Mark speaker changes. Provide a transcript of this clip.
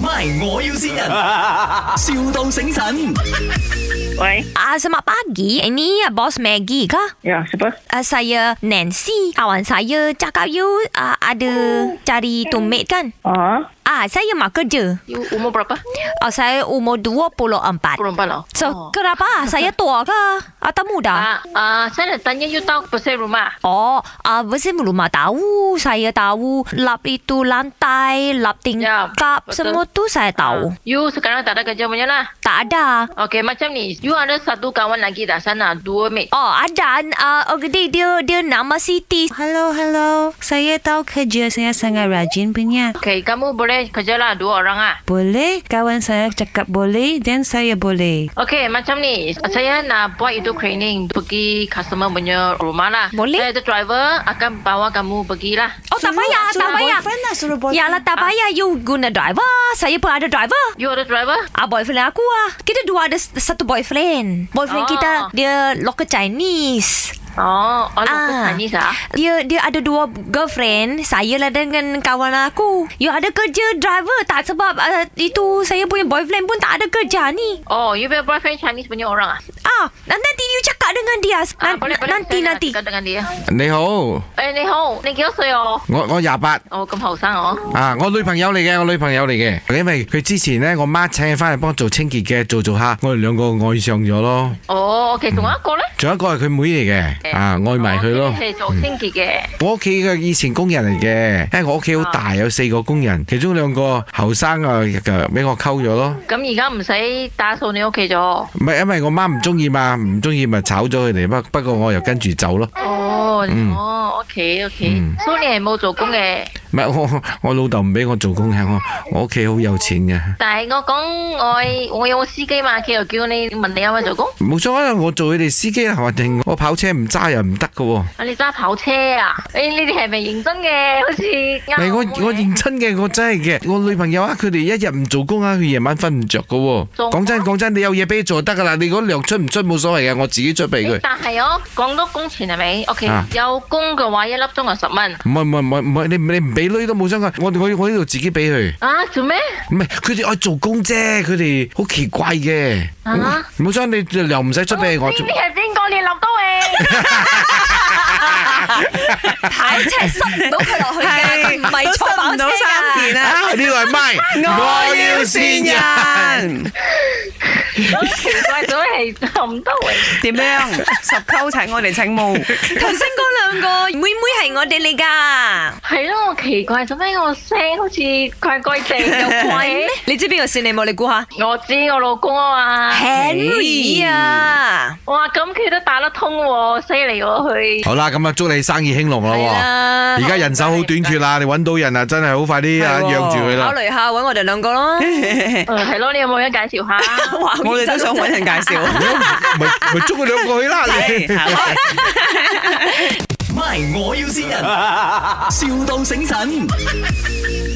Speaker 1: MY，我要先人，,笑到醒神。
Speaker 2: Why?
Speaker 3: Ah, selamat pagi. Ini ah, Bos Maggie kah?
Speaker 2: Ya, siapa?
Speaker 3: Uh, saya Nancy. Kawan saya cakap you uh, ada cari teammate kan?
Speaker 2: Ah,
Speaker 3: Ah, saya mak kerja.
Speaker 4: You umur berapa?
Speaker 3: Uh, saya umur 24.
Speaker 4: 24 lah.
Speaker 3: So, oh. kenapa? Saya tua ke? Atau muda?
Speaker 4: Ah, ah, saya nak tanya you tahu pasal rumah.
Speaker 3: Oh, ah, uh, rumah tahu. Saya tahu lap itu lantai, lap
Speaker 4: Ya,
Speaker 3: tingkap,
Speaker 4: betul.
Speaker 3: semua tu saya tahu.
Speaker 4: Ah, you sekarang tak ada kerja punya lah.
Speaker 3: Tak ada.
Speaker 4: Okay, macam ni. You ada satu kawan lagi dah sana. Dua mate.
Speaker 3: Oh, ada. Uh, dia, dia, dia nama Siti.
Speaker 5: Hello, hello. Saya tahu kerja saya sangat rajin punya.
Speaker 4: Okay, kamu boleh kerja lah dua orang ah.
Speaker 5: Boleh? Kawan saya cakap boleh dan saya boleh.
Speaker 4: Okay, macam ni. Saya nak buat itu training pergi customer punya rumah lah.
Speaker 3: Boleh.
Speaker 4: Saya ada driver akan bawa kamu pergilah.
Speaker 3: Oh, tak payah, tak payah. Ya,
Speaker 5: Boyfriend lah, suruh boyfriend.
Speaker 3: Yalah tak payah You guna driver Saya pun ada driver
Speaker 4: You ada driver?
Speaker 3: Ah boyfriend aku ah Kita dua ada s- satu boyfriend Boyfriend
Speaker 4: Oh.
Speaker 3: kita Dia local Chinese
Speaker 4: Oh, all ah. Chinese ah.
Speaker 3: Dia dia ada dua girlfriend Saya lah dengan kawan aku You ada kerja driver Tak sebab uh, Itu saya punya boyfriend pun Tak ada kerja ni
Speaker 4: Oh, you punya boyfriend Chinese punya orang ah?
Speaker 3: Ah Nanti you cakap dengan dia
Speaker 4: Ah,
Speaker 3: Nan- Nanti
Speaker 4: Saya nak
Speaker 3: nanti
Speaker 4: cakap dengan dia.
Speaker 6: 你好，我
Speaker 4: Eh, ni hao, ni kyo sayo.
Speaker 6: 我廿八
Speaker 4: Oh,咁後生哦。
Speaker 6: 啊，我女朋友嚟嘅，我女朋友嚟嘅，因為佢之前呢，我媽請佢翻嚟幫我做清潔嘅，做做下，我哋兩個愛上咗咯。
Speaker 4: 哦，OK，仲有一個咧。
Speaker 6: 仲有一個係佢妹嚟嘅，啊，愛埋佢咯
Speaker 4: 哦。你係做清潔嘅。
Speaker 6: 我屋企嘅以前工人嚟嘅，因為我屋企好大，有四個工人，其中兩個後生啊，就俾我溝咗咯。
Speaker 4: 咁而家唔使打掃你屋企咗。
Speaker 6: 唔係因為我媽唔中意嘛，唔中意咪炒咗佢哋，不不過我又跟住走咯。
Speaker 4: 哦，
Speaker 6: 嗯
Speaker 4: 哦，OK，OK
Speaker 6: 嗯。
Speaker 4: 所以你係冇做工嘅，
Speaker 6: 唔係我我老豆唔俾我做工嘅，我我屋企好有錢嘅。
Speaker 4: 但係我講我係我有個司機嘛，佢又叫你問你有冇做工？
Speaker 6: 冇所謂，我做佢哋司機啦，或定我跑車唔揸又唔得嘅喎。
Speaker 4: 啊，你揸跑車啊？誒，你哋係咪認真嘅？好似啱
Speaker 6: 嚟我
Speaker 4: 嘅
Speaker 6: 我認真嘅，我真係嘅。我女朋友啊，佢哋一日唔做工啊，佢夜晚瞓唔着嘅喎。
Speaker 4: 做
Speaker 6: 講真講真，你有嘢俾佢做就得噶啦，你嗰糧出唔出冇所謂嘅，我自己出俾佢
Speaker 4: 誒。但係我講到工錢係咪？OK，
Speaker 6: 啊
Speaker 4: 有工嘅話一粒鐘係十蚊。
Speaker 6: 唔係唔係唔係唔係，你唔你唔俾女都冇相干。我我我呢度自己俾佢。
Speaker 4: 啊，做咩？
Speaker 6: 唔係佢哋愛做工啫，佢哋好奇怪嘅。
Speaker 4: 啊
Speaker 6: 冇所謂，你糧唔使出俾我。
Speaker 4: 知你係邊個？你立到你。
Speaker 3: 太真係塞唔到佢落去嘅，佢唔係坐
Speaker 5: 都塞
Speaker 3: 跑
Speaker 5: 唔
Speaker 3: 車
Speaker 5: 到三
Speaker 3: 啊！
Speaker 5: 件啊！
Speaker 6: 啊，呢度係咪？
Speaker 5: 人，
Speaker 4: 奇怪咗係咁多位。
Speaker 5: 點樣十溝齊我哋請務？
Speaker 3: 頭先嗰兩個妹妹係我哋嚟㗎。
Speaker 4: 係咯，我奇怪做咩我聲好似怪怪地咁
Speaker 3: 係咩
Speaker 4: 怪？
Speaker 3: 你知邊個是你冇？你估下
Speaker 4: 我知我老公啊 嘛，
Speaker 3: Henry 啊，
Speaker 4: 哇咁佢都打得通喎，犀利喎佢。
Speaker 6: 好啦，咁啊，祝你生意興隆
Speaker 3: 係
Speaker 6: 啦！
Speaker 3: 啦
Speaker 6: 而，家人手好短缺啦，你揾到人啊，真係好快啲啊，
Speaker 5: 係喎
Speaker 6: 養住佢
Speaker 3: 考
Speaker 6: 啦。
Speaker 3: 慮下揾我哋兩個咯。
Speaker 4: 嗯，係咯，你有冇人介紹下？
Speaker 5: 我哋都想揾人介紹。
Speaker 6: 咪咪捉佢兩個去啦！你
Speaker 5: 係好
Speaker 1: MY，我要先人，,笑到醒神。